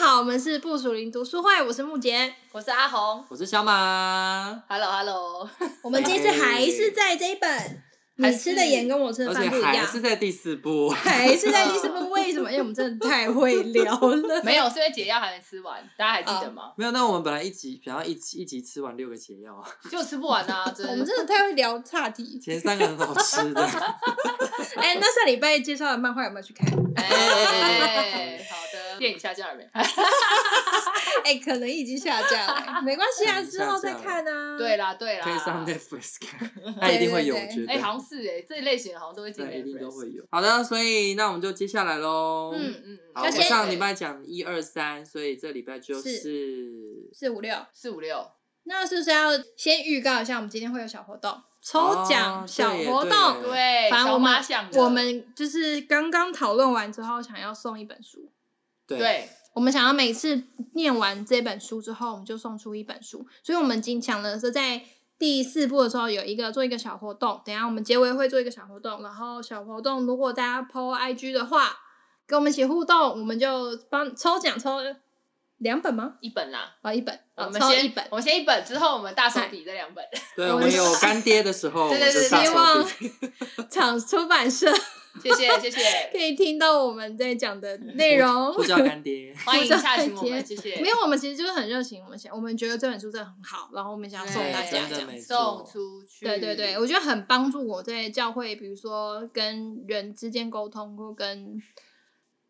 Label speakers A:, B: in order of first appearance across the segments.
A: 好，我们是部署林读书会，我是木杰。
B: 我是阿红
C: 我是小马，
B: ，Hello Hello，
A: 我们这次还是在这一本，你
B: 还是
A: 吃的盐跟我吃的
C: 而
A: 饭
C: 且
A: 不一
C: 还
A: 样，。
C: 是在第四部
A: 还是在第四部。为什么？因为我们真的太会聊 了。
B: 没有，是因为解药还没吃完，大家还记得
A: 嗯
B: 吗？
C: 没有，那我们本来一集想要一集一集吃完六个解药啊，
B: 就吃不完啊，真
A: 我们
B: 的。
A: 真的太会聊话题。
C: 前三个很好吃 的。
A: 哎、那上礼拜介绍的漫画有没有去看？
B: 哎，好的，电影下架了没？
A: 嗯哎、可能已经下架了，没关系
C: 可
A: 啊，
C: 能
A: 之后再
C: 嗯下架了
A: 看啊。
B: 对啦对啦
C: 可以，上 Netflix 看，它一定会有，我
A: 对
C: 觉
B: 哎，好
C: 得。
B: 像是哎，这一类型的好像都会进
C: 对，一定都会
B: Netflix。
C: 有。好的，所以那我们就接下来喽。
A: 嗯
B: 嗯嗯，
C: 好，
A: 那
C: 我
A: 先
C: 们上礼拜讲一二三，所以这礼拜就是
A: 四五六，
B: 四五六，
A: 那是不是要先预告一下，我们今天会有小活动，抽
C: 哦
A: 奖小
C: 对耶
A: 活
C: 对
A: 动？
C: 耶
B: 对，
A: 反正
B: 小
A: 我们
B: 马想的
A: 我们就是刚刚讨论完之后，想要送一本书。
C: 对
B: 对
A: 我们想要每次念完这本书之后，我们就送出一本书。所以我们今想的是在第四部的时候有一个做一个小活动，等一下我们结尾会做一个小活动，然后小活动如果大家 PO IG 的话，跟我们一起互动，我们就帮抽奖抽两本吗？
B: 一本啦。
A: 啊、一本，
B: 我
A: 啊，
B: 们
A: 抽
B: 先
A: 一本。
B: 我们先一本，之后我们大手笔这两本。
C: 对，
A: 我
C: 我
A: 们
C: 们有干爹的 时候，
B: 对对对
C: 我们就上
A: 希望
C: 手臂
A: 厂出版社
B: 谢谢谢
A: 可
B: 谢，
A: 以听到我们在讲的内容
C: 不。叫干爹。
B: 欢迎下询
A: 我
B: 我
A: 们
B: 们，谢谢。
A: 没有，我们其实就是很热情，我们想，我们觉得这本书真的很好，然后我们想要送
B: 对
A: 大家
C: 真
A: 这
C: 的
A: 样
C: 没
B: 送
C: 错
B: 出去。
A: 对对对，我觉得很帮助我在教会，比如说跟人之间沟通，或跟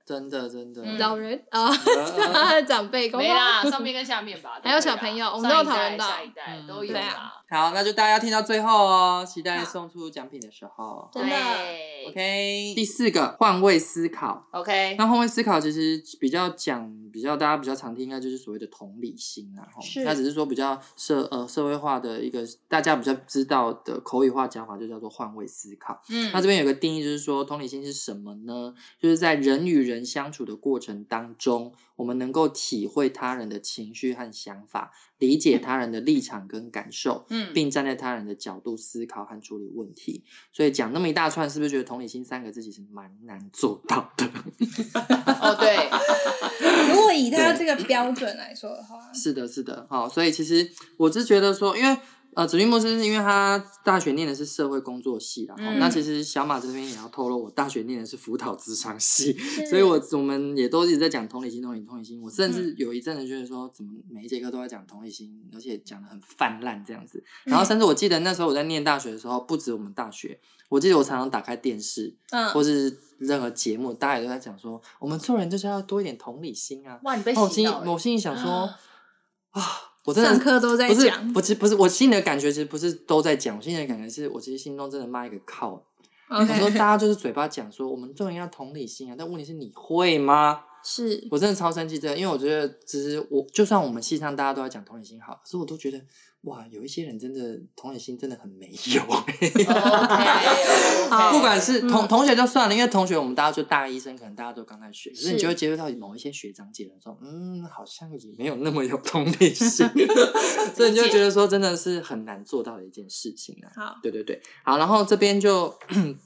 C: 真的真的。
B: 嗯
A: 老人啊、
C: 呃
A: 长辈沟通
B: 没。 啦，上面跟下面吧，都
A: 还有
B: 可以啦
A: 小朋友我们
B: 上
A: 都有
B: 一
A: 讨论
B: 代
A: 到
B: 下一代
C: 嗯
B: 都有
A: 对啊
B: 啦。
C: 好，那就大家听到最后哦，期待
A: 好
C: 送出奖品的时候。
A: 真的
B: 对
C: OK，第四个换位思考。
B: OK，
C: 那换位思考其实比较讲，比较大家比较常听，应该就是所谓的同理心啊。吼
A: 是
C: 那只是说比较社呃社会化的一个大家比较知道的口语化讲法，就叫做换位思考。
B: 嗯
C: 那这边有个定义，就是说同理心是什么呢？就是在人与人相处的过程当中，我们能够体会他人的情绪和想法，理解他人的立场跟感受，
B: 嗯
C: 并站在他人的角度思考和处理问题。所以讲那么一大串，是不是觉得同理心三个字其实蛮难做到的？
B: 哦对，
A: 如果以
C: 他这
A: 个标准来说的话，
C: 是的，是的，好，所以其实我是觉得说，因为呃，子君牧师，因为他大学念的是社会工作系啦，
B: 嗯
C: 那其实小马这边也要透露，我大学念的是辅导职场系，所以我我们也都一直在讲同理心，同理心，同理心。我甚至有一阵子觉得说，怎么每一节课都在讲同理心，而且讲的很泛滥这样子。然后甚至我记得那时候我在念大学的时候，不止我们大学，我记得我常常打开电视或
A: 嗯，
C: 是任何节目，大家也都在讲说，我们做人就是要多一点同理心啊。
B: 哇，你被
C: 那我心
B: 洗
C: 里
B: 到
C: 我
B: 了，
C: 心里想说，啊，我真的
A: 上课都在
C: 不是
A: 讲，
C: 不是不是，我心里的感觉其实不是都在讲，我心里的感觉是我其实心中真的骂一个靠。我说
A: OK，
C: 大家就是嘴巴讲说我们做人要同理心啊，但问题是你会吗？
A: 是
C: 我真的超生气的，因为我觉得其实我就算我们系上大家都在讲同理心好，可是我都觉得哇，有一些人真的同理心真的很没有、欸
A: 好
C: 不管是同、
A: 嗯
C: 同学就算了，因为同学我们大家就大一生，可能大家都刚在学，可是你
A: 是
C: 就会接触到某一些学长姐的时候，嗯，好像也没有那么有同 理心，所以你就会觉得说真的是很难做到的一件事情啊。
A: 好，
C: 对对对，好，然后这边就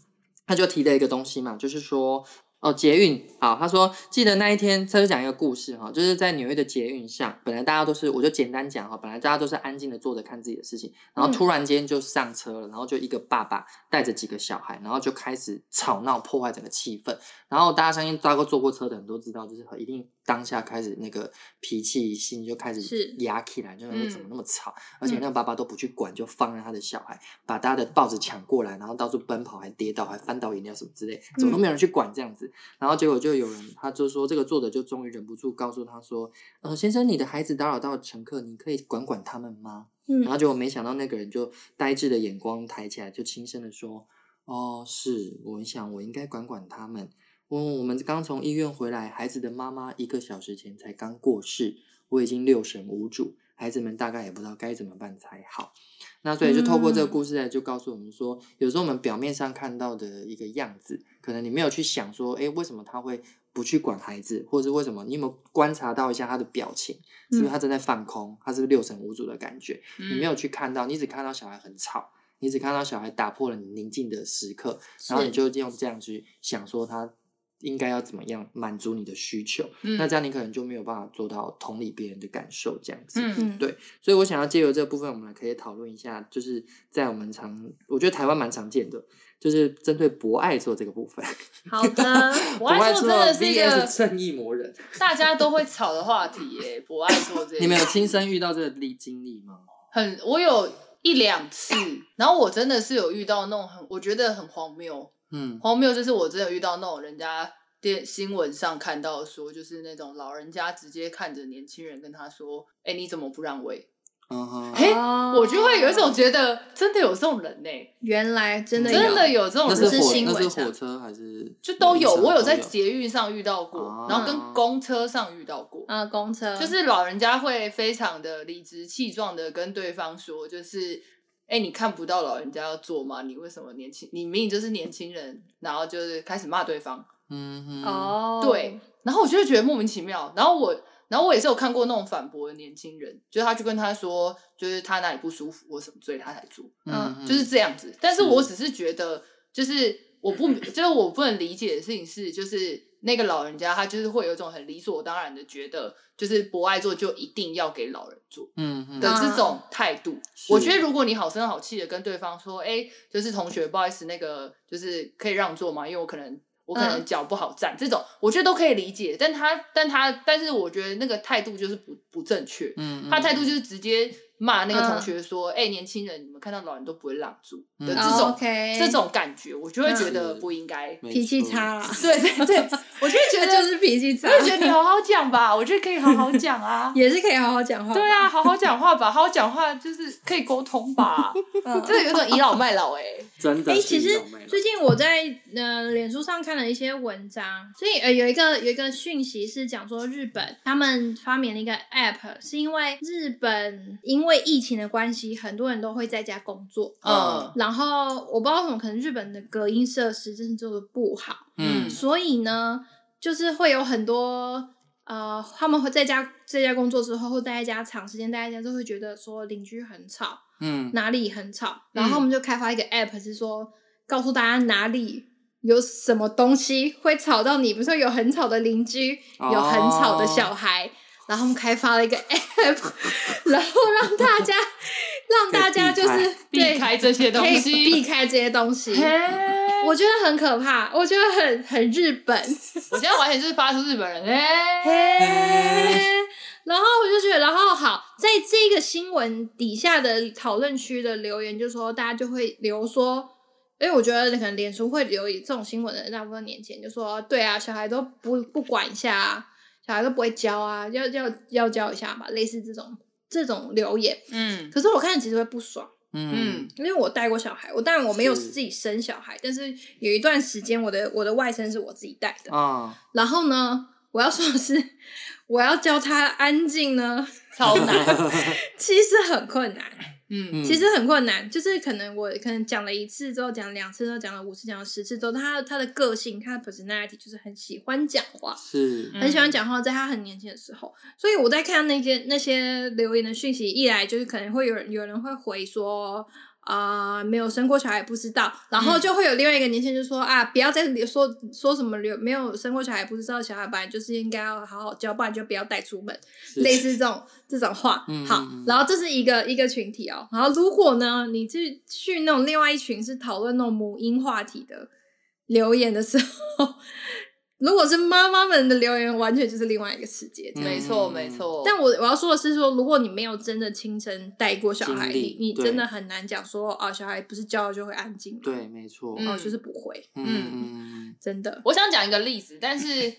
C: 他就提了一个东西嘛，就是说。哦，捷运好，他说记得那一天，他就讲一个故事哈，就是在纽约的捷运上，本来大家都是，我就简单讲哈，本来大家都是安静的坐着看自己的事情，然后
A: 嗯
C: 突然间就上车了，然后就一个爸爸带着几个小孩，然后就开始吵闹，破坏整个气氛。然后大家相信，大家坐过车的人都知道，就是一定当下开始那个脾气心就开
A: 是
C: 始压起来，就是说
B: 嗯
C: 怎么那么吵，而且那个爸爸都不去管，就放任他的小孩把大家的报纸抢过来，然后到处奔跑，还跌倒，还翻倒饮料什么之类，怎么都没有人去管这样子。然后结果就有人，他就说这个作者就终于忍不住告诉他说，呃，先生，你的孩子打扰到乘客，你可以管管他们吗？然后
A: 嗯，
C: 结果没想到那个人就呆滞的眼光抬起来，就轻声的说：“哦，是，我想我应该管管他们。我我们刚从医院回来，孩子的妈妈一个小时前才刚过世，我已经六神无主，孩子们大概也不知道该怎么办才好。”那所以就透过这个故事来，就告诉我们说，有时候我们表面上看到的一个样子，可能你没有去想说，诶，为什么他会不去管孩子，或者是为什么你有没有观察到一下他的表情，是不是他正在放空，他是不是六神无主的感觉？
B: 嗯
C: 你没有去看到，你只看到小孩很吵，你只看到小孩打破了你宁静的时刻，然后你
A: 是
C: 就用这样去想说他应该要怎么样满足你的需求，
B: 嗯
C: 那这样你可能就没有办法做到同理别人的感受这样子。
B: 嗯
A: 嗯，
C: 对所以我想要借由这个部分，我们来可以讨论一下，就是在我们常，我觉得台湾蛮常见的，就是针对博爱做这个部分。
A: 好的，
B: 博爱座
C: 做
B: 真的是一
C: VS
B: 个
C: 正义魔人，
B: 大家都会吵的话题耶，不爱做这个。
C: 你们有亲身遇到这个历经历吗？
B: 很，我有一两次，然后我真的是有遇到那种很，我觉得很荒谬，
C: 嗯
B: 荒谬就是我真的有遇到那种人家电新闻上看到说，就是那种老人家直接看着年轻人跟他说：“哎、你怎么不让位
C: 嗯哼，
B: 嘿
A: 哦？”
B: 我就会有一种觉得，真的有这种人呢、
A: 原来真的
C: 有
B: 真的有这种
C: 那
B: 人，
C: 是
A: 是
C: 火
A: 新
C: 那
A: 闻
C: 是
A: 上
C: 火车还是
B: 就都有，
C: 路上
B: 我有在
C: 都哦
B: 捷运上遇到过，然后跟公车上遇到过，
C: 嗯
A: 呃公车
B: 就是老人家会非常的理直气壮的跟对方说，就是。哎、你看不到老人家要做吗？你为什么年轻？你明明就是年轻人，然后就是开始骂对方，
C: 嗯哼，
A: 哦，
B: 对，然后我就会觉得莫名其妙。然后我，然后我也是有看过那种反驳的年轻人，就是他就跟他说，就是他哪里不舒服或什么，所以他才做，
C: 嗯哼，
B: 就是这样子。但是我
C: 是
B: 只是觉得，就是我不，就是我不能理解的事情是，就是那个老人家他就是会有一种很理所当然的觉得，就是博爱做就一定要给老人做。
C: 嗯哼
B: 的
A: 嗯
B: 这种态度。
C: 是
B: 我觉得如果你好声好气的跟对方说，哎、就是同学，不好意思，那个就是可以让座吗？因为我可能我可能
A: 嗯
B: 脚不好站，这种我觉得都可以理解。但他但他但是我觉得那个态度就是不不正确，
C: 嗯，
B: 他态度就是直接骂那个同
A: 嗯
B: 学说，哎、年轻人，你们看到老人都不会让座的
C: 嗯
B: 这
A: 哦
B: 种、
A: OK
B: 这种感觉，我就会觉得
C: 嗯
B: 不应该。
C: 没
A: 脾气
C: 错
A: 差啦，
B: 对对对，我就会觉
A: 这
B: 得
A: 就是脾气差。
B: 我，就觉得你好好讲吧，我觉得可以好好讲啊
A: 也是可以好好讲话，
B: 对，啊，好好讲话吧，好好讲话就是可以沟通吧。
A: 嗯
B: 这有种倚老卖老哎、
C: 真的
A: 哎、
C: 是
A: 其
C: 一
A: 实
C: 种魅力
A: 最近我在呃脸书上看了一些文章，所以呃有一个有一个讯息是讲说日本他们发明了一个 app，是因为日本因为疫情的关系，很多人都会在家工作，
C: 哦
B: 嗯
A: 然后我不知道为什么，可能日本的隔音设施真是做的不好，
C: 嗯
A: 所以呢，就是会有很多呃他们会在家在家工作之后，或待在家长时间待在家，就会觉得说邻居很吵。
C: 嗯
A: 哪里很吵，然
B: 嗯
A: 后我们就开发一个 app，是说告诉大家哪里有什么东西会吵到你，比如说有很吵的邻居，
C: 哦
A: 有很吵的小孩，然后我们开发了一个 app，然后让大 家让大家就是
B: 避
A: 对
B: 开这些东
A: 可以
B: 西，
A: 避开这些东西。
B: 嘿
A: 我觉得很可怕，我觉得很很日 本，
B: 我现在完全就是发出日本人哎、
A: 然后我就觉得，然后好，在这个新闻底下的讨论区的留言，就说大家就会留说，因为我觉得可能脸书会留这种新闻的大部分年前就说，对啊，小孩都不不管一下、啊，小孩都不会教啊，要要要教一下吧，类似这种这种留言。
B: 嗯
A: 可是我看其实会不爽，
C: 嗯
B: 嗯
A: 因为我带过小孩，我当然我没有
C: 是
A: 自己生小孩，但是有一段时间我的我的外甥是我自己带
B: 嗯
A: 的，
C: 啊，
A: 然后呢，我要说的是， 我要教他安静呢，
B: 超难，
A: 其实很困难，
B: 嗯
A: 其实很困难。就是可能我可能讲了一次之后，讲了两次之后，讲了五次，讲了十次之后，他他的个性，他的 personality 就是很喜欢讲话，
C: 是
B: 嗯
A: 很喜欢讲话，在他很年轻的时候。所以我在看那些那些留言的讯息，一来就是可能会有人有人会回说。啊、没有生过小孩不知道，然后
B: 嗯
A: 就会有另外一个年轻人就说、啊，不要再说说什么留没有生过小孩不知道，小孩本来就是应该要好好教，不然就不要带出门，
C: 是
A: 类似这种这种话。
C: 嗯
A: 好
C: 嗯嗯，
A: 然后这是一个一个群体哦。然后如果呢，你去去那种另外一群是讨论那种母婴话题的留言的时候， 如果是妈妈们的留言，完全就是另外一个世界。这样
B: 没错没错，
A: 但我我要说的是说，如果你没有真的亲身带过小孩，
C: 经
A: 你
C: 历
A: 你
C: 对
A: 真的很难讲说啊，小孩不是教了就会安静，，
C: 对，没错，
B: 嗯
A: 哦，就是不会，
C: 嗯嗯
A: 真的。
B: 我想讲一个例子，但是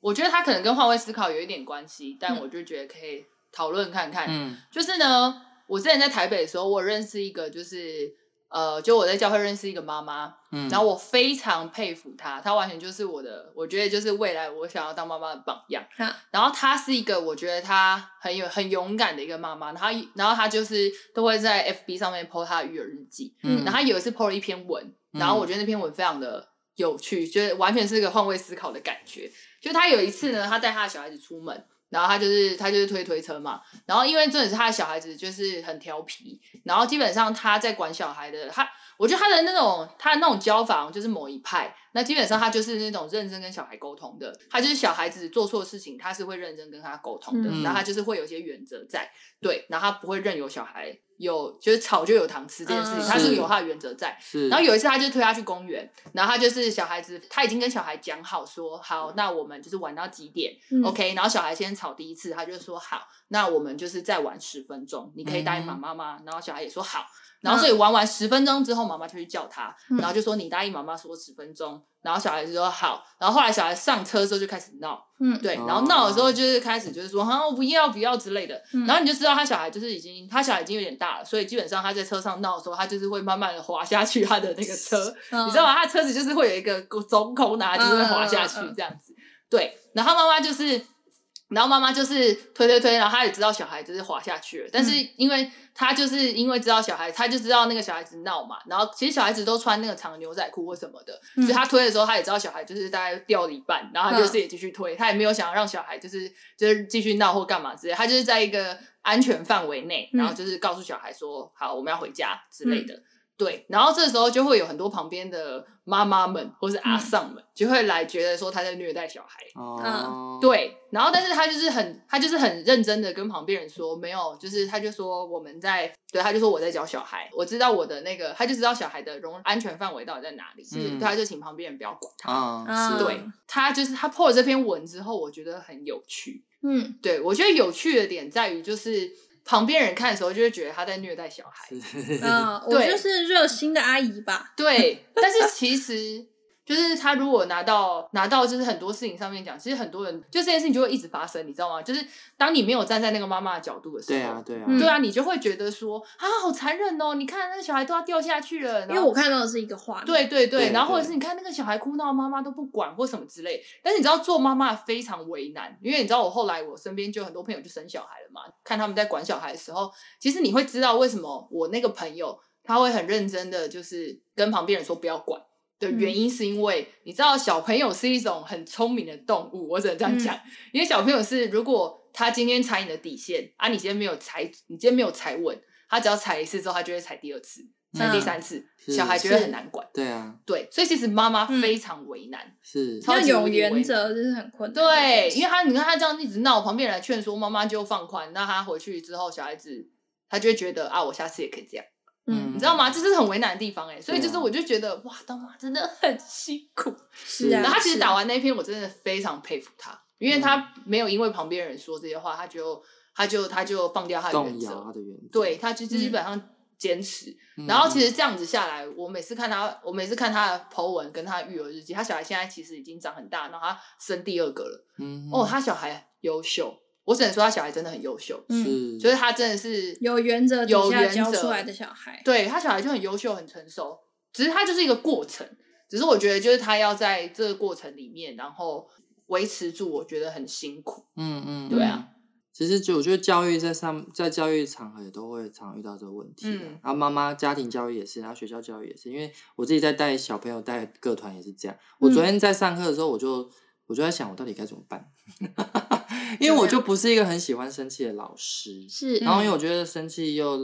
B: 我觉得他可能跟换位思考有一点关系，但
A: 嗯
B: 我就觉得可以讨论看看，
C: 嗯
B: 就是呢，我之前在台北的时候，我认识一个就是呃，就我在教会认识一个妈妈，
C: 嗯，
B: 然后我非常佩服她，她完全就是我的，我觉得就是未来我想要当妈妈的榜样。
A: 哈，
B: 然后她是一个我觉得她很有很勇敢的一个妈妈，然后她然后她就是都会在 FB 上面 po 她的育儿日记，
A: 嗯
B: 然后她有一次 po 了一篇文，然后我觉得那篇文非常的有趣，就是完全是一个换位思考的感觉。就她有一次呢，她带她的小孩子出门，然后他就是他就是推推车嘛，然后因为真的是他的小孩子就是很调皮，然后基本上他在管小孩的，他我觉得他的那种他的那种教法就是某一派，那基本上他就是那种认真跟小孩沟通的，他就是小孩子做错事情，他是会认真跟他沟通的，
A: 嗯
B: 然后他就是会有一些原则在，对，然后他不会任由小孩有就是吵就有糖吃这件事情，
A: 嗯
B: 他是
C: 是
B: 有他的原则在，
C: 是，
B: 然后有一次，他就推他去公园，然后他就是小孩子，他已经跟小孩讲好说，好，那我们就是玩到几点、
A: 嗯
B: o k 然后小孩先吵第一次，他就说好，那我们就是再玩十分钟，你可以答应妈妈吗？然后小孩也说好，然后所以玩完十分钟之后，妈妈就去叫他，
A: 嗯
B: 然后就说你答应妈妈说十分钟，然后小孩就说好，然后后来小孩上车之后就开始闹，
A: 嗯，
B: 对，
C: 哦
B: 然后闹的时候就是开始就是说，啊，我不要不要之类的，
A: 嗯
B: 然后你就知道他小孩就是已经他小孩已经有点大了，所以基本上他在车上闹的时候，他就是会慢慢的滑下去他的那个车，
A: 嗯
B: 你知道吗？他车子就是会有一个中空啊，就是会滑下去
A: 嗯嗯嗯嗯
B: 这样子。对，然后妈妈就是，然后妈妈就是推推推，然后他也知道小孩就是滑下去了，但
A: 嗯
B: 是因为他就是因为知道小孩，他就知道那个小孩子闹嘛，然后其实小孩子都穿那个长牛仔裤或什么的，
A: 嗯
B: 所以他推的时候，他也知道小孩就是大概掉了一半，然后他就是也继续
A: 嗯
B: 推，他也没有想要让小孩就是就是继续闹或干嘛之类，他就是在一个安全范围内，
A: 嗯
B: 然后就是告诉小孩说好，我们要回家之类的。对，然后这时候就会有很多旁边的妈妈们或是
C: 嗯
B: 阿丧们、就会来觉得说他在虐待小孩，
C: 哦，，
B: 嗯对，然后但是他就是很他就是很认真的跟旁边人说没有，就是他就说我们在对，他就说我在教小孩，我知道我的那个，他就知道小孩的容安全范围到底在哪里，是、
C: 嗯
B: 对，他就请旁边人不要管他。
A: 嗯
C: 啊，是
B: 嗯对他就是他破了这篇文之后，我觉得很有趣。
A: 嗯，
B: 对我觉得有趣的点在于就是旁边人看的时候就会觉得他在虐待小孩，
A: 嗯，我
B: 对
A: 就是热心的阿姨吧，
B: 对，但是其实就是他如果拿到拿到就是很多事情上面讲，其实很多人就这件事情就会一直发生，你知道吗？就是当你没有站在那个妈妈的角度的时候，
C: 对啊，对啊，
A: 嗯
B: 对啊，你就会觉得说啊，好残忍哦！你看那个小孩都要掉下去了，然
A: 因
B: 后
A: 为我看到的是一个画面，
B: 对对对，
C: 对
B: 然后或者
C: 对
B: 是你看那个小孩哭闹，妈妈都不管或什么之类。但是你知道做妈妈非常为难，因为你知道我后来我身边就很多朋友就生小孩了嘛，看他们在管小孩的时候，其实你会知道为什么我那个朋友他会很认真的，就是跟旁边人说不要管。的
A: 嗯
B: 原因是因为你知道小朋友是一种很聪明的动物，我只能这
C: 嗯
B: 样讲，因为小朋友是如果他今天踩你的底线啊，你今天没有踩，你今天没有踩稳，他只要踩一次之后，他就会踩第二次、踩第
A: 嗯
B: 三次，
C: 是
B: 小孩就会
A: 是
B: 很难管。
C: 对啊，
B: 对，所以其实妈妈
A: 嗯
B: 非常为难。
C: 是，
B: 超
A: 要
B: 级
A: 有
B: 无敌为
A: 原
B: 难
A: 则，就是很困难的
B: 对
A: 东，西。
B: 因为她你看她这样一直闹，旁边人来劝说，妈妈就放宽。那她回去之后，小孩子他就会觉得啊，我下次也可以这样，
A: 嗯
B: 你知道吗？这是很为难的地方哎、所以就是
C: 对啊
B: 我就觉得哇，当妈真的很辛苦。
A: 是啊，
B: 然嗯后他其实
A: 是
B: 打
A: 啊嗯
B: 完那篇，我真的非常佩服他，因为他没有因为旁边人说这些话，他就他就他就放掉他的原
C: 动摇他
B: 则，
C: 的原则，嗯
B: 对，他就
A: 嗯
B: 基本上坚持。然后其实这样子下来，我每次看他，我每次看他的 Po 文跟他的育儿日记，他小孩现在其实已经长很大，然后他生第二个了。
C: 嗯，嗯
B: 哦，他小孩优秀，我只能说他小孩真的很优秀，
A: 嗯，
C: 是，
B: 就是他真的是
A: 有原则底
B: 有
A: 下
B: 原
A: 教
B: 则
A: 出来的小孩，
B: 对他小孩就很优秀、很成熟，只是他就是一个过程。只是我觉得，就是他要在这个过程里面，然后维持住，我觉得很辛苦。
C: 嗯嗯，
B: 对啊
C: 嗯。其实就我觉得教育在上在教育场合也都会常遇到这个问题、啊，
B: 嗯
C: 然后妈妈家庭教育也是，然后学校教育也是，因为我自己在带小朋友带各团也是
B: 嗯
C: 这样。我昨天在上课的时候，我就我就在想，我到底该怎么办， 因
B: 啊
C: 为我就不是一个很喜欢生气的老师，
A: 是
B: 嗯
C: 然后因为我觉得生气又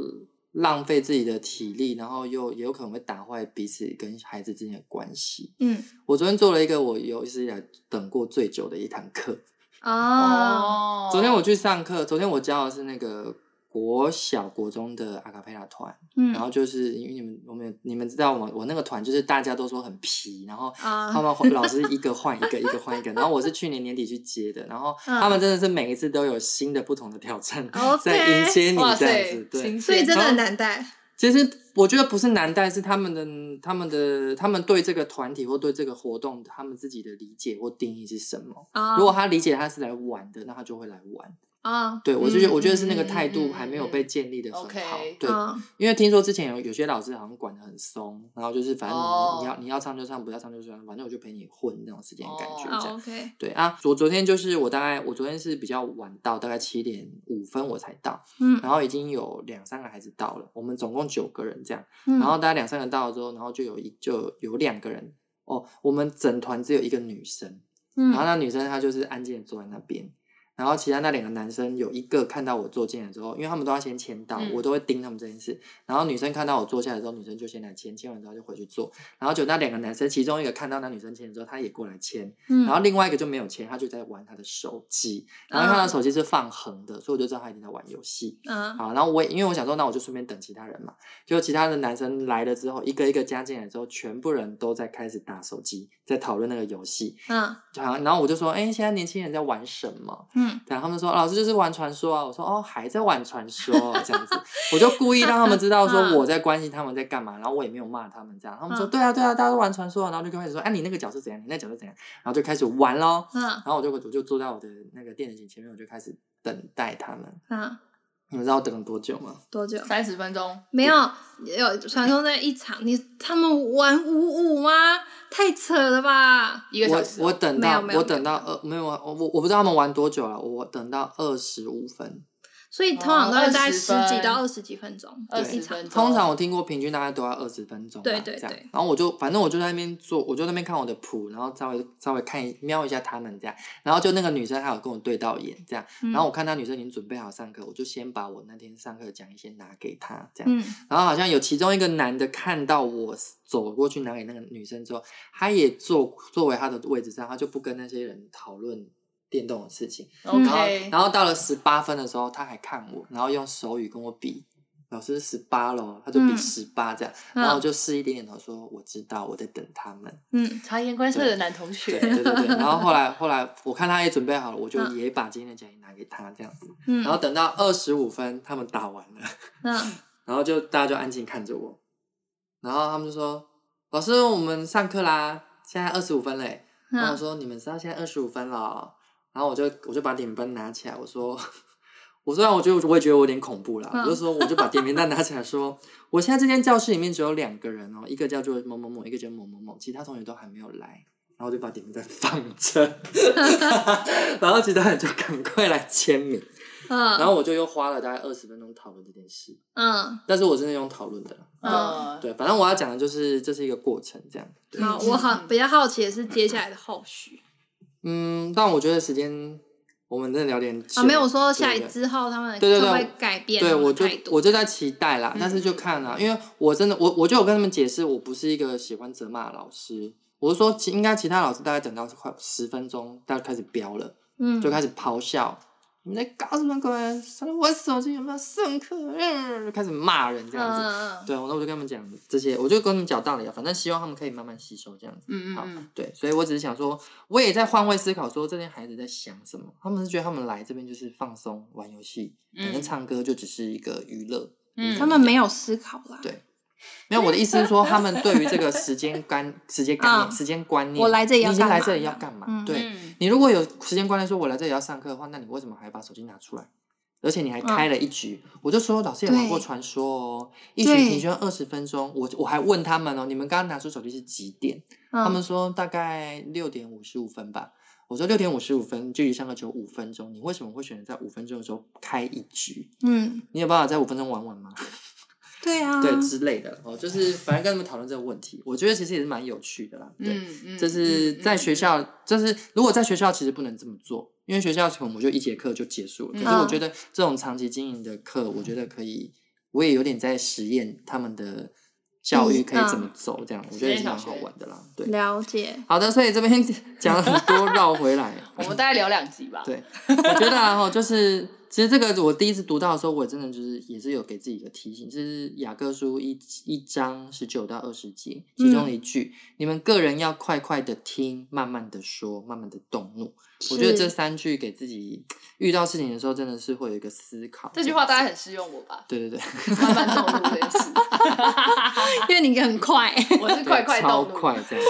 C: 浪费自己的体力，然后又也有可能会打坏彼此跟孩子之间的关系。
A: 嗯
C: 我昨天做了一个我有史以来等过最久的一堂课，
A: 哦，
C: 昨天我去上课，昨天我教的是那个国小国中的阿卡贝拉团，
A: 嗯
B: 哦
C: 然后就是因为你们我们你们知道我我那个团就是大家都说很皮，然后
A: 啊
C: 他们会老师一个换一个，一个换一个，然后我是去年年底去接的，然后
A: 嗯
C: 他们真的是每一次都有新的不同的挑 战
A: OK
C: 在迎接你
B: 哇
C: 这
B: 塞
C: 样子，，对，
B: 亲
A: 所以
B: 切
A: 真的很难带，
C: 其实我觉得不是难带，是他们的、他们的、他们对这个团体或对这个活动，他们自己的理解或定义是什么。
A: 啊
C: 嗯如果他理解他是来玩的，那他就会来玩。
A: 啊
C: 对我就觉得，我觉得是那个
B: 嗯嗯
C: 态
B: 嗯
C: 度
B: 嗯
C: 还没有被建立的很好。
B: OK
C: 对，
A: 啊
C: 因为听说之前有有些老师好像管的很松，然后就是反正你、
B: 哦
C: 你要你要唱就唱，不要唱就算，反正我就陪你混那种时间感觉
B: 哦
A: 啊
C: 这样。
A: OK，
C: 对啊，我昨天就是我大概我昨天是比较晚到，大概七点五分我才到，
A: 嗯
C: 然后已经有两三个孩子到了，我们总共九个人这样。
A: 嗯，
C: 然后大家两三个到了之后，然后就有一就有两个人哦，我们整团只有一个女生，
A: 嗯
C: 然后那女生她就是安静的坐在那边，然后其他那两个男生有一个看到我坐进来之后，因为他们都要先签到，
B: 嗯
C: 我都会盯他们这件事。然后女生看到我坐下来之后，女生就先来签，签完之后就回去坐。然后就那两个男生，其中一个看到那女生签的时候，他也过来签，
A: 嗯，
C: 然后另外一个就没有签，他就在玩他的手机。然后看到手机是放横的，所以我就知道他一定在玩游戏。
A: 嗯
C: 好，然后我也因为我想说，那我就顺便等其他人嘛。就其他的男生来了之后，一个一个加进来之后，全部人都在开始打手机，在讨论那个游戏。
A: 嗯
C: 就好像，然后我就说，哎、现在年轻人在玩什么？
A: 嗯，
C: 然后他们说，老师就是玩传说啊。我说，哦，还在玩传说哦这样子。我就故意让他们知道说
A: 嗯
C: 我在关心他们在干嘛，然后我也没有骂他们这样。他们说，
A: 嗯
C: 对啊对啊，大家都玩传说啊，然后就开始说，哎、你那个角色怎样？你那个角色怎样？然后就开始玩喽。
A: 嗯
C: 然后我就我就坐在我的那个电视机前面，我就开始等待他们。
A: 嗯，
C: 你们知道我等了多久吗？
A: 多久？
B: 三十分钟，
A: 没有，有传说在一场，你他们玩五五吗？太扯了吧！
B: 一个小
C: 我
B: 时。哦
C: 我等
A: 没
C: 到
A: 有没有
C: 我
A: 没
C: 等
A: 有
C: 到二没有啊我我我不知道他们玩多久了，我等到二十五分。
A: 所以通常都
B: 哦
A: 是大概十
B: 20
A: 几
B: 分
A: 到二十几分钟
B: 二
A: 一
B: 十
A: 场嗯
B: 分。钟，
C: 通常我听过平均大概都要二十分钟吧，
A: 对对
C: 这样
A: 对。
C: 然后我就反正我就在那边做，我就在那边看我的谱，然后稍微稍微看一瞄一下他们这样。然后就那个女生还有跟我对到眼这样，
A: 嗯
C: 然后我看她女生已经准备好上课，我就先把我那天上课的讲义先拿给她这样。
A: 嗯
C: 然后好像有其中一个男的看到我走过去拿给那个女生之后，他也坐坐回他的位置上，他就不跟那些人讨论电动的事情。然后
B: 哦 OK，
C: 然后到了十八分的时候，他还看我，然后用手语跟我比，老师十八咯，他就比
A: 嗯
C: 十八这样，
A: 嗯
C: 然后我就示意点点头说我知道我在等他 们，
A: 嗯
B: 察言观色的男同
C: 对
B: 学，
C: 对对对，然后后来后来我看他也准备好了，我就
A: 嗯
C: 也把今天的讲义拿给他这样子，
A: 嗯，
C: 然后等到二十五分他们打完了，
A: 嗯
C: 然后就大家就安静看着我，然后他们就说老师我们上课啦，现在二十五分嘞，然后我
A: 嗯
C: 说你们知道现在二十五分了哦，然后我就我就把点名单拿起来，我说， 我虽然我觉得我也觉得我有点恐怖啦，
A: 嗯
C: 我就说我就把点名单拿起来说， 我现在这间教室里面只有两个人哦，一个叫做某某某，一个叫某某某，其他同学都还没有来。然后我就把点名单 放 着，然后其他人就赶快来签名，然
A: 嗯
C: 后我就又花了大概二十分钟讨论这件事，
A: 嗯，
C: 但是我真的用讨论的啦，
B: 嗯，
C: 对，反正我要讲的就是这是一个过程，这样。对
A: 好，我好比较好奇的是接下来的后续
C: 嗯，但我觉得时间我们真的聊点久
A: 啊，没有我说
C: 对
A: 下
C: 对
A: 一之后他们
C: 对对对
A: 会不会改变
C: 对，
A: 他们
C: 我
A: 的
C: 就
A: 态度？
C: 我就在期待啦，但是
A: 嗯
C: 就看啦，因为我真的我我就有跟他们解释，我不是一个喜欢责骂的老师，我是说其应该其他老师大概等到快十分钟，大家开始飙了，
A: 嗯
C: 就开始咆哮，你们在搞什么鬼？删了我手机有没有上课？嗯，就开始骂人这样子。
A: 嗯嗯嗯
C: 对，我那我就跟他们讲这些，我就跟他们讲道理啊，反正希望他们可以慢慢吸收这样子。
B: 嗯嗯
C: 好
B: 嗯，
C: 对，所以我只是想说，我也在换位思考，说这些孩子在想什么？他们是觉得他们来这边就是放松、玩游戏，反正
B: 嗯
C: 唱歌就只是一个娱乐。
B: 嗯
A: 他们没有思考啦。
C: 对没有，我的意思是说，他们对于这个时间观、时间 概念、
A: 嗯
C: 时间观念，
A: 我来这里
C: 你
A: 要
C: 已经
A: 干
C: 来
A: 嘛
C: 这里要
A: 呢
C: 干嘛？
A: 嗯
C: 对
B: 嗯
C: 你如果有时间观念，说我来这里要上课的话，那你为什么还把手机拿出来？而且你还开了一局，我就说老师也玩
A: 嗯
C: 过
A: 对
C: 传说哦，一局
A: 对
C: 平均二十分钟，我我还问他们哦，你们刚刚拿出手机是几点？
B: 嗯
C: 他
A: 他
C: 们说大概六点五十五分吧。我说六点五十五分，距离上课只有五分钟，你为什么会选择在五分钟的时候开一局？
A: 嗯，
C: 你有办法在五分钟玩完吗？
A: 对啊，
C: 对之类的哦，就是反正跟他们讨论这个问题，我觉得其实也是蛮有趣的啦。对，
B: 嗯嗯，
C: 这是在学
B: 校，
C: 校，就是如果在学校其实不能这么做，因为学校可能我就一节课就结束了。可是
A: 嗯
C: 我觉得这种长期经营的课，我觉得可以，我也有点在实验他们的教
B: 嗯
C: 育可以怎么走，这样我觉得也是蛮好玩的啦。对，
A: 了解。
C: 好的，所以这边讲了很多，绕回来。
B: 我们大概聊两集吧。
C: 对，我觉得然后就是，其实这个我第一次读到的时候，我真的就是也是有给自己一个提醒，就是雅各书一一章十九到二十节，其中一句，你们个人要快快的听，慢慢的说，慢慢的动怒。我觉得这
A: 是
C: 三句给自己遇到事情的时候，真的是会有一个思考。，
B: 这句话大家很适用我吧
C: 对对对，
B: 慢慢动怒这件 事，
A: 因为你很快
B: 我是 快快
C: 超
B: 动怒，
C: 快这样。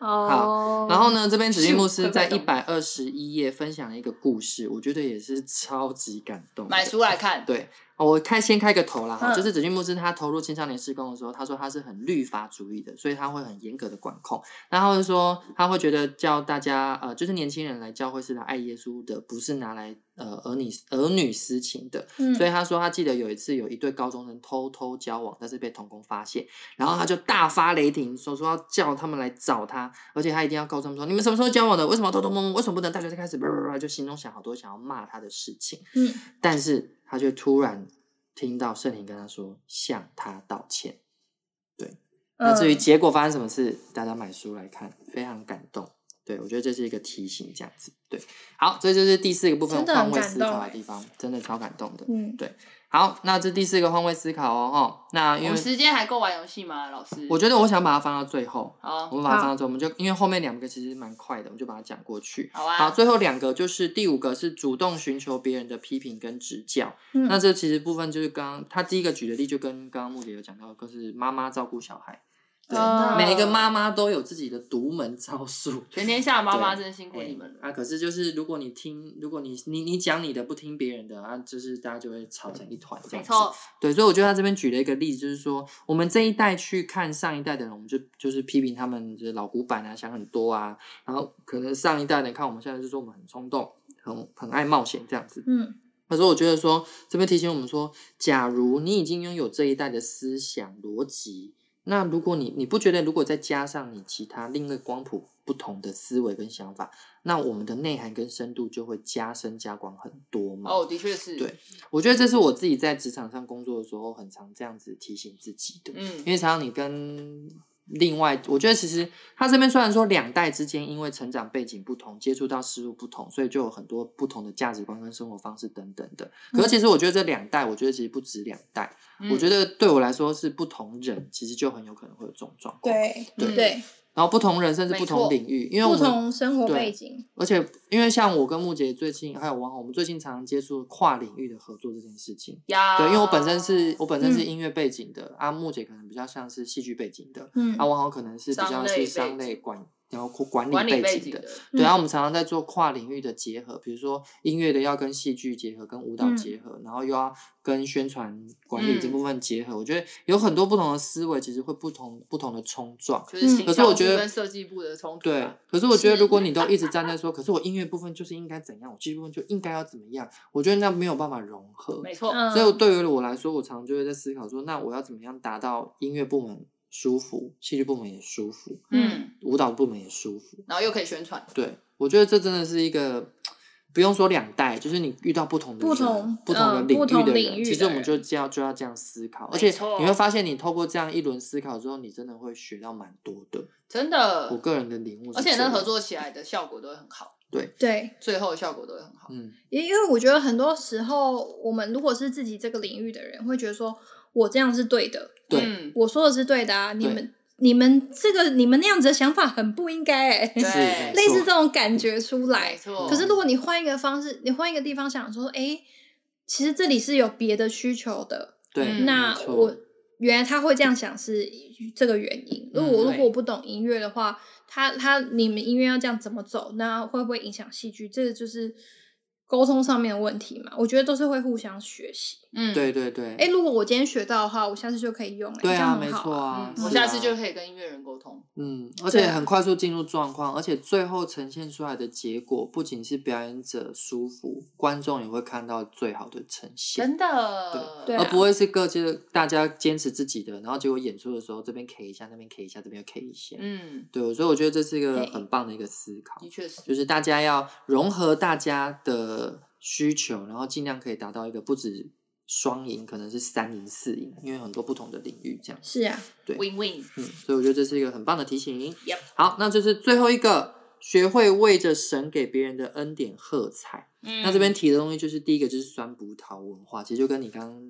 A: 哦。
C: 然后？呢，这边指定牧
B: 咻
C: 师
B: 快
C: 在
B: 快
C: 一
B: 动
C: 百二十一页分享了一个故事，我觉得也是超级感动的。
B: 买书来看。
C: 对，哦，我开先开个头啦，哈、
A: 嗯
C: 就是指俊牧师他投入青少年施工的时候，他说他是很律法主义的，所以他会很严格的管控。然后就说他会觉得叫大家呃，就是年轻人来教会是来爱耶稣的，不是拿来呃儿女儿女私情的。
A: 嗯，
C: 所以他说，他记得有一次有一对高中生偷偷交往，但是被童工发现，然后他就大发雷霆，说说要叫他们来找他，而且他一定要告诉他们说，你们什么时候交往的？为什么要偷偷摸摸？为什么不能大学就开始？叭叭叭，就心中想好多想要骂他的事情，
A: 嗯，
C: 但是他却突然听到圣灵跟他说，向他道歉。那
A: 嗯
C: 至于结果发生什么事，大家买书来看，非常感动。对，我觉得这是一个提醒，这样子。对，好，这就是第四个部分
A: 真的很
C: 换位
A: 感
C: 思
A: 动
C: 考的
A: 欸
C: 地方，真的超感动的。
A: 嗯，
C: 好，那这第四个换位思考哦，哈，那
B: 我
C: 因
B: 们
C: 为
B: 时间还够玩游戏吗，老师？
C: 我觉得我想把它放到最后，
B: 好
C: 我，们把它放到最后，我们就因为后面两个其实蛮快的，我们就把它讲过去。
B: 好啊，
C: 好，最后两个就是第五个是主动寻求别人的批评跟指教。
A: 嗯
C: 那这其实部分就是刚刚他第一个举的例，就跟刚刚木姐有讲到，就是妈妈照顾小孩，对，
B: 嗯
C: 每一个妈妈都有自己的独门招数。
B: 全天下的妈妈
C: 对
B: 真辛苦你们了。
C: 啊，可是就是如果你听，如果你你你讲你的不听别人的啊，就是大家就会吵成一团这
B: 没
C: 样子。
B: 错，
C: 对，所以我觉得他这边举了一个例子，就是说我们这一代去看上一代的人，我们就就是批评他们就是老古板啊，想很多啊，然后可能上一代的看我们现在就说我们很冲动，很很爱冒险这样子。
A: 嗯
C: 可是我觉得说这边提醒我们说，假如你已经拥有这一代的思想逻辑，那如果你你不觉得如果再加上你其他另一个光谱不同的思维跟想法，那我们的内涵跟深度就会加深加广很多吗？
B: 哦，的确是。
C: 对我觉得这是我自己在职场上工作的时候，很常这样子提醒自己的。
B: 嗯
C: 因为常常你跟另外，我觉得其实他这边虽然说两代之间因为成长背景不同，接触到事物不同，所以就有很多不同的价值观跟生活方式等等的。可是其实我觉得这两代，我觉得其实不止两代，
B: 嗯，
C: 我觉得对我来说是不同人，其实就很有可能会有这种状况。，
A: 对
B: 对
A: 对，
C: 然后不同人甚至不
B: 没
C: 同
B: 错
C: 领域，因为我
A: 不
C: 们
A: 同生活
C: 对
A: 背景，
C: 而且，因为像我跟木姐最近还有王红，我们最近常常接触跨领域的合作这件事情。
B: 呀，
C: 对，因为我本身
B: 哦
C: 是我本身是
A: 嗯
C: 音乐背景的，啊，木姐可能比较像是戏剧背景的，
A: 嗯
C: 啊，王豪可能是比
B: 商
C: 较
B: 类
C: 是
B: 背
C: 商
B: 景
C: 类管，然后管
B: 管理
C: 理
B: 背
C: 背
B: 景
C: 景的。
B: 的，
C: 对，啊
A: 嗯
C: 然后我们常常在做跨领域的结合，比如说音乐的要跟戏剧结合，跟舞蹈
A: 嗯
C: 结合，然后又要跟宣传管理这
B: 嗯
C: 部分结合。我觉得有很多不同的思维，其实会不同不同的冲撞。
B: 就是
A: 嗯
B: 行
C: 可是
B: 销
C: 我
B: 部
C: 觉得
B: 跟设计部的冲突啊
C: 对
B: 吧，
C: 可是我觉得
B: 嗯是
C: 如果你都一直站在说，可是我音乐部分就是应该怎样，我技术部分就应该要怎么样，我觉得那没有办法融合。
B: 没错，
A: 嗯
C: 所以对于我来说，我常常就会在思考说，那我要怎么样达到音乐部门舒服，戏剧部门也舒服，
B: 嗯，
C: 舞蹈部门也舒服。
B: 然后又可以宣传，
C: 对，我觉得这真的是一个。不用说两代，就是你遇到不同的
A: 不
C: 人
A: 同
C: 不同的
A: 嗯
C: 领
A: 不
C: 域
A: 同
C: 的
A: 领
C: 人，
A: 域
C: 其实
A: 的
C: 我们
A: 人
C: 就这样就要这样思考，而
B: 没
C: 且
B: 错
C: 你会发现，你透过这样一轮思考之后，你真的会学到蛮多的。
B: 真
A: 呃
C: 我
B: 的，
C: 个人的领悟是这样，
B: 而且那合作起来的效果都会很好，
A: 对，
B: 最后的效果都会很好。
C: 嗯，
A: 因因为我觉得很多时候，我们如果是自己这个领域的人，会觉得说我这样是对的，
C: 对
B: 嗯
A: 我说的是对的啊，你
C: 对
A: 们你们这个你们那样子的想法很不应该哎、
B: 对
C: 是
A: 类似这种感觉出
B: 没
A: 来。
C: 哦
B: 错。
A: 可是如果你换一个方式，你换一个地方想说，哎，其实这里是有别的需求的，
C: 对，
B: 嗯
A: 那
C: 没错
A: 我原来他会这样想是这个原因。如果
C: 嗯
A: 我如
B: 对
A: 果我不懂音乐的话，他他你们音乐要这样怎么走，那会不会影响戏剧？这个就是沟通上面的问题嘛。我觉得都是会互相学习。
B: 嗯，
C: 对对对，
A: 哎、如果我今天学到的话，我下次就可以用、哎，
C: 对
A: 这
C: 啊，
A: 样
C: 没
A: 很好
C: 错
A: 啊。
C: 啊
B: 嗯，，
C: 是
B: 我下次
C: 啊
B: 就可以跟音乐人沟通。
C: 嗯，而
A: 对
C: 且很快速进入状况，而且最后呈现出来的结果不仅是表演者舒服，观众也会看到最好的呈现。
B: 真的，
A: 对
C: 而
A: 啊
C: 不会是各自大家坚持自己的，然后结果演出的时候这边 K 一下，那边 K 一下，这边又 K 一下。
B: 嗯，
C: 对，所以我觉得这是一个
A: 对
C: 很棒的一个思考
B: 的，确是，
C: 就是大家要融合大家的需求，然后尽量可以达到一个不止双赢，可能是三赢四赢，因为很多不同的领域这样。
A: 是啊，
C: 对
B: win win。
C: 嗯，所以我觉得这是一个很棒的提醒。
B: Yep
C: 好，那就是最后一个，学会为着神给别人的恩典喝彩。
B: 嗯
C: 那这边提的东西就是第一个就是酸葡萄文化，其实就跟你刚刚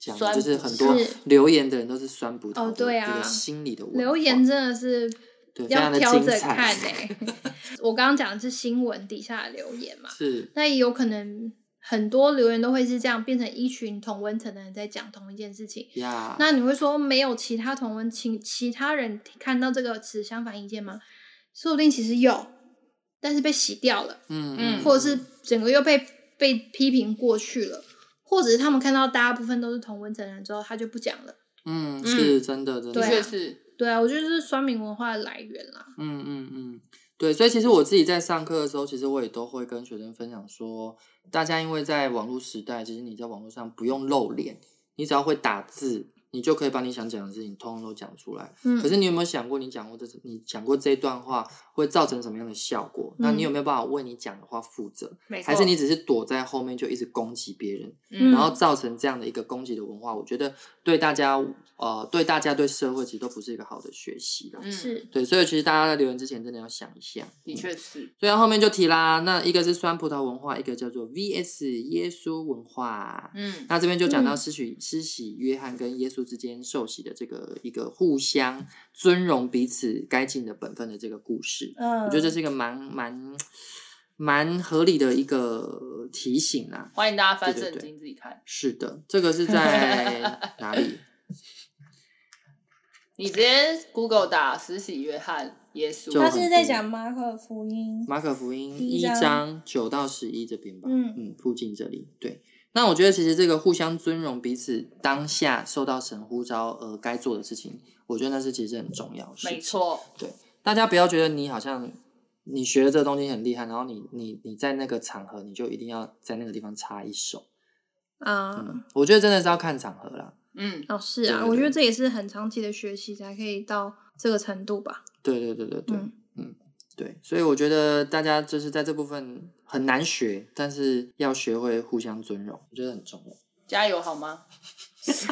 C: 讲的，
B: 酸
C: 就是
B: 葡
C: 很多
A: 是
C: 留言的人都是酸葡萄
A: 哦
C: 的
A: 对
C: 这
A: 啊
C: 个心理的文化
A: 留言真的是
C: 对非
A: 要
C: 常的
A: 挑
C: 精
A: 着
C: 彩，
A: 看 哎、我刚刚讲的是新闻底下的留言嘛，
C: 是
A: 那也有可能很多留言都会是这样，变成一群同温层的人在讲同一件事情。
C: 呀，
A: 那你会说没有其他同温情，其他人看到这个词相反意见吗？说不定其实有，但是被洗掉了，
C: 嗯
B: 嗯
A: 或者是整个又被被批评过去了，或者是他们看到大部分都是同温层人之后，他就不讲了。
C: 嗯，
B: 嗯
C: 是真的，真
B: 的
C: 的，
A: 对啊
B: 确是，
A: 对啊，我觉得这是酸民文化的来源啦。
C: 嗯嗯嗯，对，所以其实我自己在上课的时候，其实我也都会跟学生分享说，大家因为在网络时代，其实你在网络上不用露脸，你只要会打字，你就可以把你想讲的事情通通都讲出来。
A: 嗯
C: 可，是你有没有想过，你讲过这你讲过这段话会造成什么样的效果？那你有没有办法为你讲的话负责？
B: 嗯没错
C: 还是你只是躲在后面就一直攻击别人？
B: 嗯
C: 然后造成这样的一个攻击的文化，我觉得对大家，呃，对大家对社会其实都不是一个好的学习啦。
B: 嗯
A: 是，
C: 对，所以其实大家在留言之前真的要想一下。
B: 的确是，
C: 所以后面就提啦，那一个是酸葡萄文化，一个叫做 VS 耶稣文化。
B: 嗯
C: 那这边就讲到
A: 嗯
C: 施洗施洗约翰跟耶稣之间受洗的这个一个互相尊荣彼此该尽的本分的这个故事。
A: 嗯，
C: 我觉得这是一个蛮蛮蛮合理的一个提醒啦。
B: 欢迎大家翻
C: 对对
B: 圣
C: 对
B: 经自己看，
C: 是的，这个是在哪里？
B: 你直接 Google 打石喜约翰耶
C: 就
A: 他
B: 稣，
A: 是在讲马可福音。
C: 马可福音
A: 第一
C: 一
A: 章
C: 章九到十一这边吧，
A: 嗯
C: 附近这里。对，那我觉得其实这个互相尊荣、彼此当下受到神呼召而该做的事情，我觉得那是其实很重要的事情。
B: 没，错，
C: 大家不要觉得你好像你学的这个东西很厉害，然后你你你在那个场合你就一定要在那个地方插一手。
A: 啊、
C: 嗯，我觉得真的是要看场合啦。
B: 嗯，
A: 哦，是啊，
C: 对对
A: 我觉
C: 对
A: 得这也是很长期的学习才可以到这个程度吧。
C: 对对对对对，
A: 嗯
C: 对，所以我觉得大家就是在这部分很难学，但是要学会互相尊荣，我觉得很重要。
B: 加油好吗？
A: 什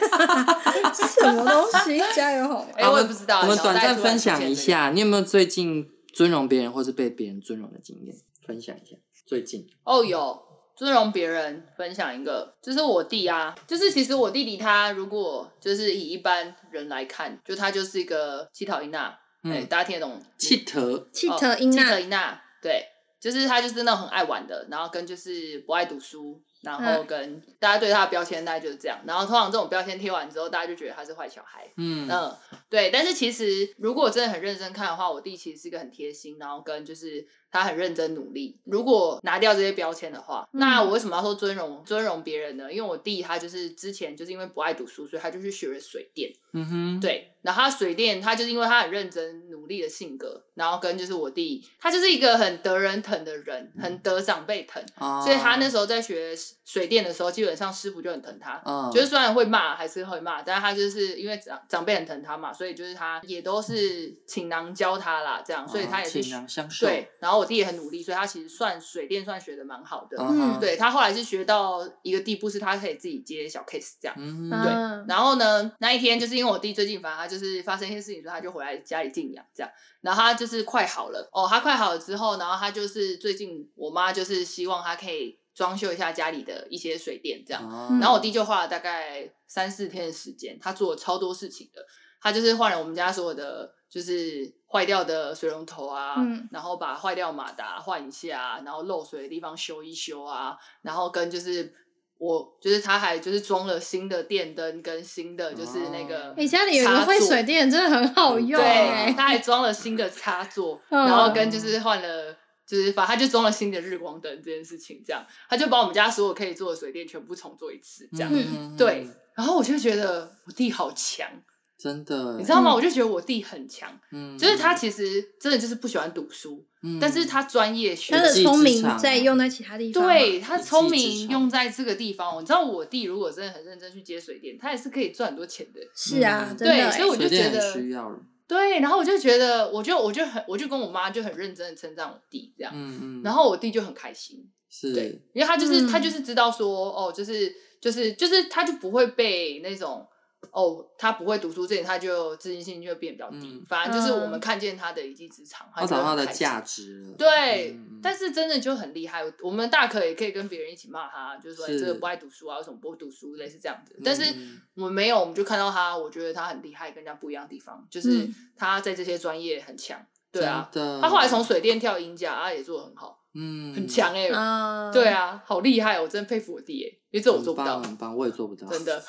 A: 么东西？ 加油好吗？
B: 哎，我也不知道，
C: 我们
B: 小
C: 短
B: 戴
C: 暂
B: 突然
C: 分
B: 之间
C: 享一
B: 的
C: 下，你有没有最近尊荣别人或是被别人尊荣的经验？分享一下最近。
B: 哦，有尊荣别人，分享一个，就是我弟啊，就是其实我弟弟他如果就是以一般人来看，就他就是一个乞讨一娜，哎、
C: 嗯，
B: 大家听得懂？
C: 气头，
A: 气
B: 哦
A: 特因
B: 乞讨
A: 娜
B: 一娜，对，就是他就是那种很爱玩的，然后跟就是不爱读书。然后
A: 嗯
B: 跟大家对他的标签大概就是这样，然后通常这种标签贴完之后，大家就觉得他是坏小孩，
C: 嗯
B: 嗯，对，但是其实如果真的很认真看的话，我弟其实是一个很贴心，然后跟就是他很认真努力。如果拿掉这些标签的话，那
A: 嗯
B: 我为什么要说尊荣尊荣别人呢？因为我弟他就是之前就是因为不爱读书，所以他就去学了水电。
C: 嗯哼，，
B: 对，然后他水电，他就是因为他很认真努力的性格，然后跟就是我弟，他就是一个很得人疼的人，很得长辈疼，
C: 哦、
B: 所以他那时候在学水电的时候，基本上师傅就很疼他。
C: 嗯，
B: 就是虽然会骂，还是会骂，但是他就是因为长长辈很疼他嘛，所以就是他也都是倾囊教他啦，这样，所以他也是、
C: 情哦囊相授，
B: 对。然后我弟也很努力，所以他其实算水电算学的蛮好的。
C: 嗯哼，
B: 对他后来是学到一个地步，是他可以自己接小 case 这样。
C: 嗯哼，
A: 嗯，
B: 然后呢，那一天就是因为我弟最近反正他就是发生一些事情，所以他就回来家里静养这样。然后他就是快好了哦，他快好了之后，然后他就是最近我妈就是希望他可以装修一下家里的一些水电这样。
C: 哦
B: 嗯
A: 嗯
B: 然后我弟就花了大概三四天的时间，他做了超多事情的。他就是换了我们家所有的，就是坏掉的水龙头啊，
A: 嗯
B: 然后把坏掉的马达换一下啊、然后漏水的地方修一修啊，然后跟就是我就是他还就是装了新的电灯跟新的就是那个、
A: 你、家里有一个
B: 插
A: 会
B: 座
A: 水电真的很好
C: 嗯
A: 用哎、
B: 对，他还装了新的插座，
A: 嗯
B: 然后跟就是换了。就是反正他就装了新的日光灯这件事情，这样他就把我们家所有可以做的水电全部重做一次，这样。
A: 嗯
B: 对，然后我就觉得我弟好强，
C: 真的，
B: 你知道吗？
A: 嗯
B: 我就觉得我弟很强，
C: 嗯，
B: 就是他其实真的就是不喜欢读书，
C: 嗯，
B: 但是他专业学
A: 他的
C: 一技之
A: 聪明
C: 长啊
A: 在用在其他地方嘛。
B: 对他
C: 一技
B: 聪
C: 之
B: 明
C: 长
B: 用在这个地方。你知道我弟如果真的很认真去接水电，他也是可以赚很多钱的。
A: 是啊，
C: 嗯
A: 真的、
B: 对
A: 欸。
B: 所以我就
C: 水电
B: 觉
C: 很
B: 得
C: 需要了，
B: 对，然后我就觉得，我就我就很我就跟我妈就很认真的称赞我弟这样，
C: 嗯嗯，
B: 然后我弟就很开心，对
C: 是，，
B: 因为他就是、他
A: 嗯
B: 就是知道说，哦，就是就是就是他就不会被那种哦，他不会读书这点，他就自信心就会变比较低。
C: 嗯
B: 反正就是我
A: 嗯
B: 们看见他的一技之长，
C: 他
B: 就
C: 找
B: 会
C: 到他
B: 很
C: 的
B: 开心
C: 价。值了，
B: 对，
C: 嗯嗯
B: 但是真的就很厉害。我们大可也可以跟别人一起骂他，就是说
C: 是
B: 你这个不爱读书啊，为什么不读书，类似这样子
C: 嗯。
B: 但是
C: 嗯
B: 我们没有，我们就看到他，我觉得他很厉害，跟人家不一样的地方，就是
A: 嗯
B: 他在这些专业很强。对啊，
C: 真的
B: 他后来从水电跳音架，他也做的很好，
C: 嗯
B: 很强哎、
A: 啊，
B: 对，啊，好厉害哦，我真佩服我弟耶，因为这我做不
C: 很
B: 到
C: 棒，，很棒，我也做不到，
B: 真的。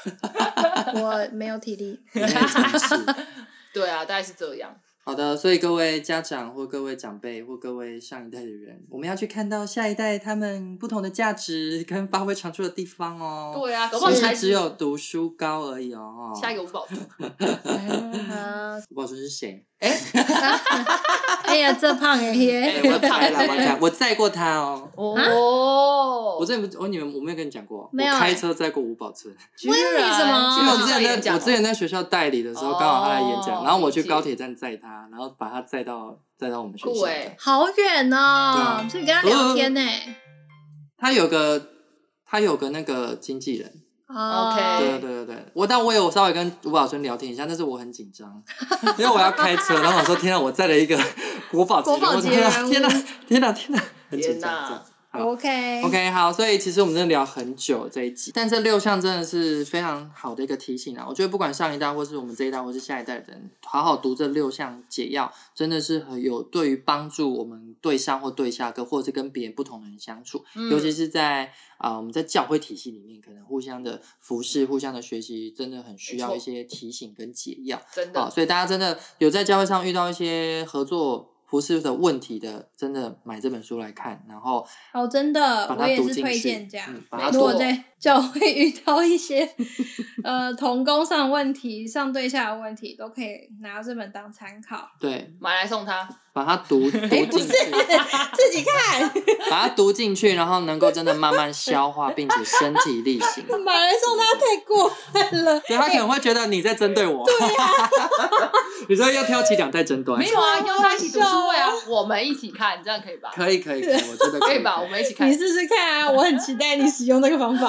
A: 我没有体力。
C: 没有尝试。
B: 对啊，大概是这样。
C: 好的，所以各位家长或各位长辈或各位上一代的人，我们要去看到下一代他们不同的价值跟发挥长处的地方哦。
B: 对啊，搞不
C: 不
B: 好你
C: 是
B: 才
C: 只有读书高而已哦。
B: 下一个五宝珠，
A: 啊，
C: 吴宝春是 谁？
A: 哎呀，这胖哎
C: 哎
A: 耶，
C: 我猜了，我猜，我载过他哦。
B: 哦，
C: 我之前不，我你们我没有跟你讲过，
A: 没有
B: 啊
C: 我
A: 哎
C: 开车载过吴宝 春，
B: 居然
A: 为什么
B: 居
C: 因为
B: 然
C: 我之
B: 上演
C: 前在
B: 讲
C: 我
B: 了
C: 之前在学校代理的时候，
B: 哦
C: 刚好他来演讲，然后我去
B: 理解
C: 高铁站载他，然后把他载到载到我们学
B: 酷
C: 校。
B: 哎
A: 好远哦，所以你跟他聊天欸呢。
C: 他有个他有个那个经纪人，
A: 哦
B: OK
C: 对对对对，我但我有稍微跟吴宝春聊天一下，但是我很紧张， 因为我要开车，然后我说天啊，我载了一个国宝级人物
A: 国宝级
C: 天啊
A: 人物
C: 天啊天啊天啊，很紧
B: 天
C: 张
B: 哪
C: 这样。好
A: OK
C: OK，好，所以其实我们真的聊很久这一集，但这六项真的是非常好的一个提醒啊！我觉得不管上一代或是我们这一代或是下一代的人，好好读这六项解药，真的是很有对于帮助我们对上或对下个，或者是跟别人不同的人相处，
B: 嗯
C: 尤其是在啊、呃我们在教会体系里面，可能互相的服侍、互相的学习，真的很需
B: 没
C: 要
B: 错
C: 一些提醒跟解药。
B: 真
C: 啊、
B: 的
C: 所以大家真的有在教会上遇到一些合作服饰的问题的，真的买这本书来看，然后
A: 哦，真的
C: 把，它
A: 我也
C: 读
A: 是
C: 进
A: 推
C: 去
A: 荐这样
C: 嗯。把
A: 如
C: 它
A: 果
B: 读
A: 在教会遇到一些呃童工上的问题、上对下的问题，都可以拿这本当参考。
C: 对，
B: 买来送他，
C: 把它 读读
A: 哎，不
C: 进
A: 是
C: 去，
A: 自己看，
C: 把它读进去，然后能够真的慢慢消化，并且身体力 行。
A: 马来送他太过分了。
C: 对他可能会觉得你在针对我， 你说要挑起两代争端
B: 没，有啊，邀他一起读书会啊
A: 好，
B: 我们一起看，这样可以 吧？
C: 可以可以可以，我觉得
B: 可
C: 可
B: 以
C: 以
B: 吧？我们一起看
A: 你。试试看啊！我很期待你使用那个方 法。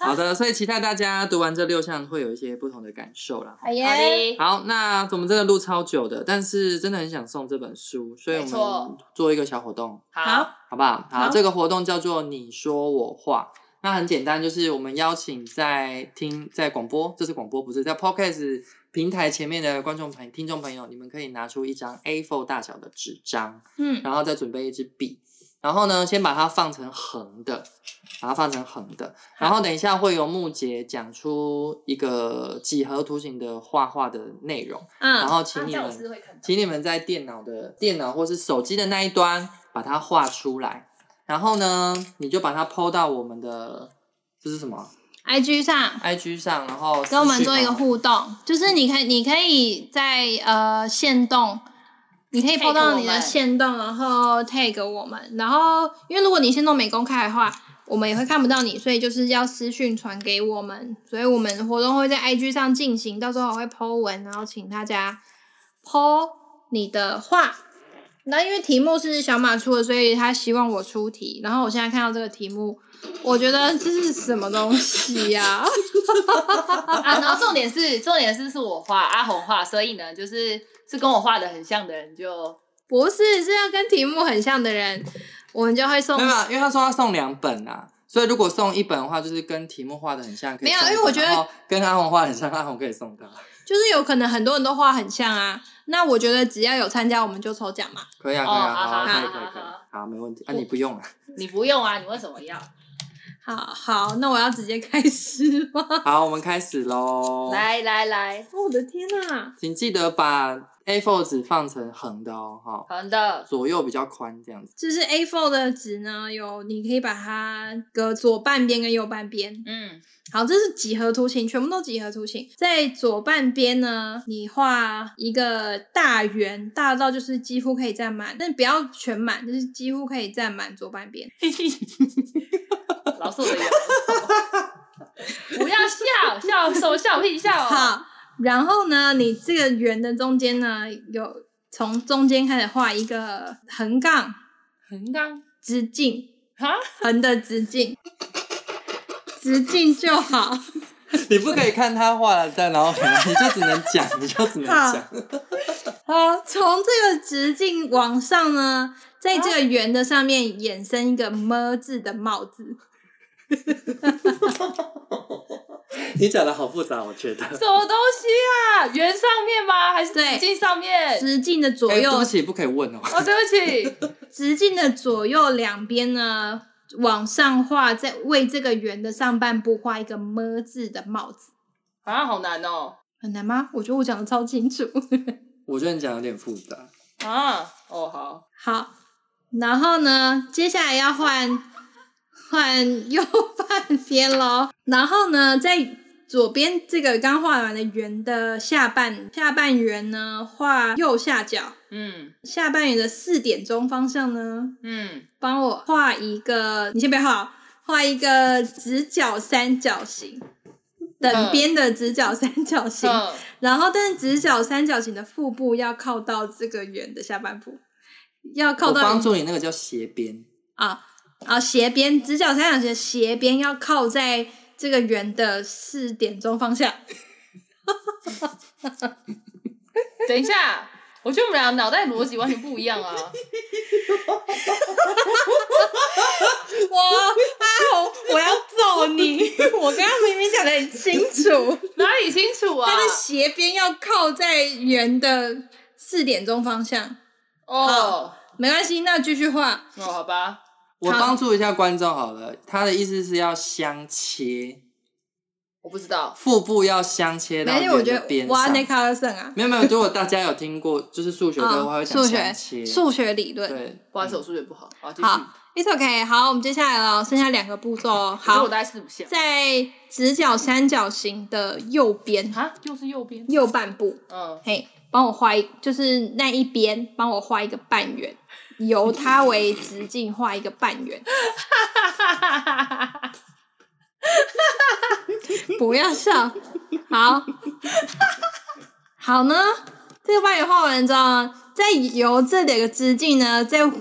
C: 好的，所以期待大家读完这六项会有一些不同的感受啦。
A: 好
B: 好
A: 耶，
B: 的，
C: 好，那我们真的录超久的，但是真的很想送这本书，所以我
B: 没错
C: 们做一个小活动，
B: 好，
C: 好不好？好，
A: 好
C: 这个活动叫做你说我话。那很简单，就是我们邀请在听在广播，这是广播，不是在 Podcast 平台前面的观众朋听众朋友，你们可以拿出一张 A4 大小的纸张，
A: 嗯，
C: 然后再准备一支笔，然后呢，先把它放成横的，把它放成横的，然后等一下会由木杰讲出一个几何图形的画画的内容，然
A: 嗯，
C: 后请
B: 这
C: 你
B: 样我
C: 们
B: 是会看到。
C: 请你们在电脑的电脑或是手机的那一端把它画出来，然后呢，你就把它抛到我们的这是什么
A: IG 上
C: IG 上，然后私
A: 跟我们
C: 讯
A: 做一个
C: 我
A: 互动，就是你可以，你可以在呃线动，你可以
B: Tag
A: 抛到
B: 我
A: 你的
B: 们
A: 线动，然后 tag 我们，然后因为如果你线动没公开的话，我们也会看不到你，所以就是要私讯传给我们，所以我们活动会在 IG 上进行，到时候我会 po 文，然后请大家 po 你的话。那因为题目是小马出的，所以他希望我出题。然后我现在看到这个题目，我觉得这是什么东西呀、
B: 啊，然后重点是，重点是是我画阿红画，所以呢，就是是跟我画的很像的人就
A: 不是，是要跟题目很像的人，我们就会送
C: 没。有没有，因为他说要送两本啊。所以如果送一本的话，就是跟题目画的很像，可以
A: 没有
C: 送一
A: 因为我
C: 本
A: 觉得
C: 然后跟阿红画得很像，阿红可以送 他。
A: 就是有可能很多人都画很像啊。那我觉得只要有参加，我们就抽奖嘛。
C: 可以啊，
B: 哦
C: 可以啊，
B: 好
C: 好啊，
B: 好
C: 可以，
B: 好
C: 可以，可以
B: 好，
C: 好，没问题。啊，你不用了。
B: 你不用啊，你为什么要？
A: 好好，那我要直接开始吗？
C: 好，我们开始喽。
B: 来来来，
A: 哦我的天哪、
C: 请记得把 A4 纸放成横的哦，哈，
B: 好的，
C: 左右比较宽这 样子。
A: 就是 A4 的纸呢，有你可以把它隔左半边跟右半边。
B: 嗯，
A: 好，这是几何图形，全部都几何图形。在左半边呢，你画一个大圆，大到就是几乎可以占满，但不要全满，就是几乎可以占满左半边。
B: 老是我 的眼，不要笑笑什么笑屁笑哦，
A: 好，然后呢，你这个圆的中间呢，有从中间开始画一个横杠
B: 横杠
A: 直径，
B: 哈，
A: 横的直径，直径就好。
C: 你不可以看他画了但然后你就只能讲，你就只能 讲。
A: 好，从这个直径往上呢，在这个圆的上面衍生一个么字的帽子，
C: 你讲的好复杂，我觉得。
B: 什么东西啊？圆上面吗？还是
A: 对
B: 直径上面？
A: 直径的左
C: 哎对
A: 右
C: 不，起，不可以问哦。
B: 哦，对不起，
A: 直径的左右两边呢。往上画，在为这个圆的上半部画一个么字的帽子，
B: 啊，好难哦。
A: 很难吗？我觉得我讲的超清楚。
C: 我觉得你讲有点复杂。
B: 啊，哦好，
A: 好，然后呢，接下来要换换右半边喽。然后呢，在左边这个刚画完的圆的下半下半圆呢，画右下角
B: 嗯
A: 下半圆的四点钟方向呢，
B: 嗯，
A: 帮我画一个，你先别画哦，画一个直角三角形，等边的直角三角形。
B: 嗯
A: 然后，但是直角三角形的腹部要靠到这个圆的下半部，要靠
C: 我
A: 到
C: 帮助你那个叫斜边，
A: 啊啊斜边，直角三角形的斜边要靠在这个圆的四点钟方 向。
B: 等一下，我觉得我们俩脑袋逻辑完全不一 样啊。
A: 我阿红，我要揍哦你！我刚刚明明讲的很清 楚，
B: 哪里清楚 啊
A: 它？的斜边要靠在圆的四点钟方向。
B: 哦
A: 没关系，那继续画。
B: 哦，好吧，
C: 我
A: 好
C: 帮助一下观众好了。他的意思是要相切，
B: 我不知道。
C: 腹部要相切
A: 没
C: 到
A: 关系，我
C: 圆
A: 觉
C: 的
A: 得
C: 边
A: 我要
C: 上。
A: 那卡尔森啊，
C: 没有没有，如果大家有听过，就是数学课的话
A: 啊
C: 会讲
A: 数学
C: 相切。
A: 数学理论。
C: 对，
B: 不好意思，我数学不好。好，继续。
A: 好，It's OK。好，我们接下来了，剩下两个步骤哦。
B: 可是
A: 好
B: 我，大概四不像。
A: 在直角三角形的右边
B: 啊，又是右边。
A: 右半部，
B: 嗯，
A: 嘿，帮我画一，就是那一边帮我画一个半圆，由它为直径画一个半圆。
B: 哈哈哈哈哈哈！
A: 不要笑，好，好呢。这个半圆画完之后呢，再由这两个直径呢，再画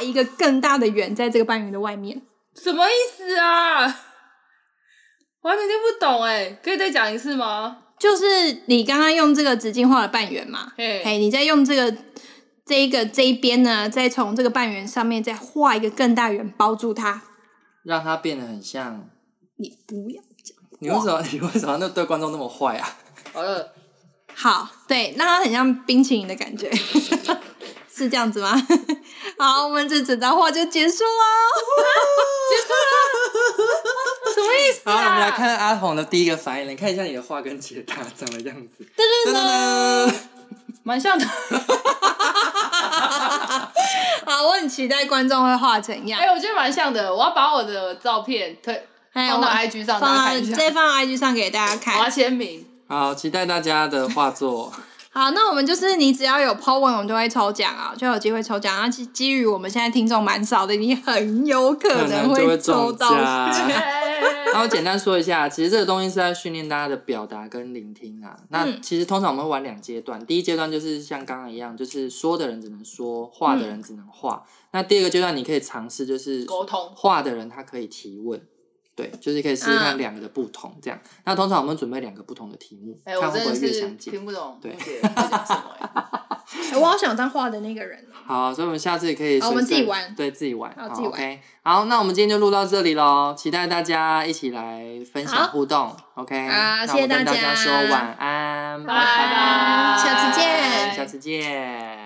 A: 一个更大的圆，在这个半圆的外面。
B: 什么意思啊？我还没听不懂哎，可以再讲一次吗？
A: 就是你刚刚用这个直径画了半圆嘛，
B: 嘿
A: 哎，你再用这个这一个这一边呢，再从这个半圆上面再画一个更大圆包住它。
C: 让它变得很像。
A: 你不要
C: 你为什么？你为什么那对观众那么坏啊？
B: 好了，
A: 好，对，让它很像冰淇淋的 感觉，是这样子吗？ 好，我们这整张画就结束 喽。
B: 什么意思
C: 好，
B: 啊？
C: 我们来看阿红的第一个反应，你看一下你的画跟解答长的样子。噔噔噔！
B: 蛮像 的。
A: 好，我很期待观众会画怎样
B: 哎、。我觉得蛮像的。我要把我的照片推
A: 哎
B: 放到
A: 我
B: IG 上，大家
A: 放
B: 看一
A: 到
B: 下。啊
A: 再放到 IG 上给大家
B: 我要
A: 看。
B: 签名。
C: 好，期待大家的画作。
A: 好，那我们就是你只要有 po 文，我们就会抽奖啊，就有机会抽奖。然后基基于我们现在听众蛮少的，你很有 可
C: 可
A: 能
C: 能就会
A: 抽
C: 中
A: 到。
C: 奖。
B: 哎
C: 那我简单说一下，其实这个东西是在训练大家的表达跟聆听啊。那
A: 嗯
C: 其实通常我们会玩两阶段，第一阶段就是像刚刚一样，就是说的人只能说，画的人只能画。那第二个阶段你可以尝试就是
B: 嗯沟通
C: 画的人他可以提问。对，就是可以试试看
A: 嗯
C: 两个的不同，这样。那通常我们准备两个不同的题目，
B: 哎、
C: 看
B: 我
C: 会
B: 真
C: 不
B: 的
C: 会越
B: 是
C: 相近。
B: 听不懂，
C: 对
B: 不解在讲什么、 哎
A: 哎我好想当画的那个人哦。
C: 好，所以我们下次也可以
A: 好我们
C: 随身
A: 自己玩
C: 对自己玩，
A: 好
C: 好
A: 自己玩
C: OK，好，那我们今天就录到这里喽，期待大家一起来分享
A: 好
C: 互动，OK，
A: 好
C: 那
A: 谢谢
C: 我们跟
A: 大
C: 大家
A: 家
C: 说晚安，
B: 拜
A: 拜
B: 拜，
A: 下次见
C: 下次见。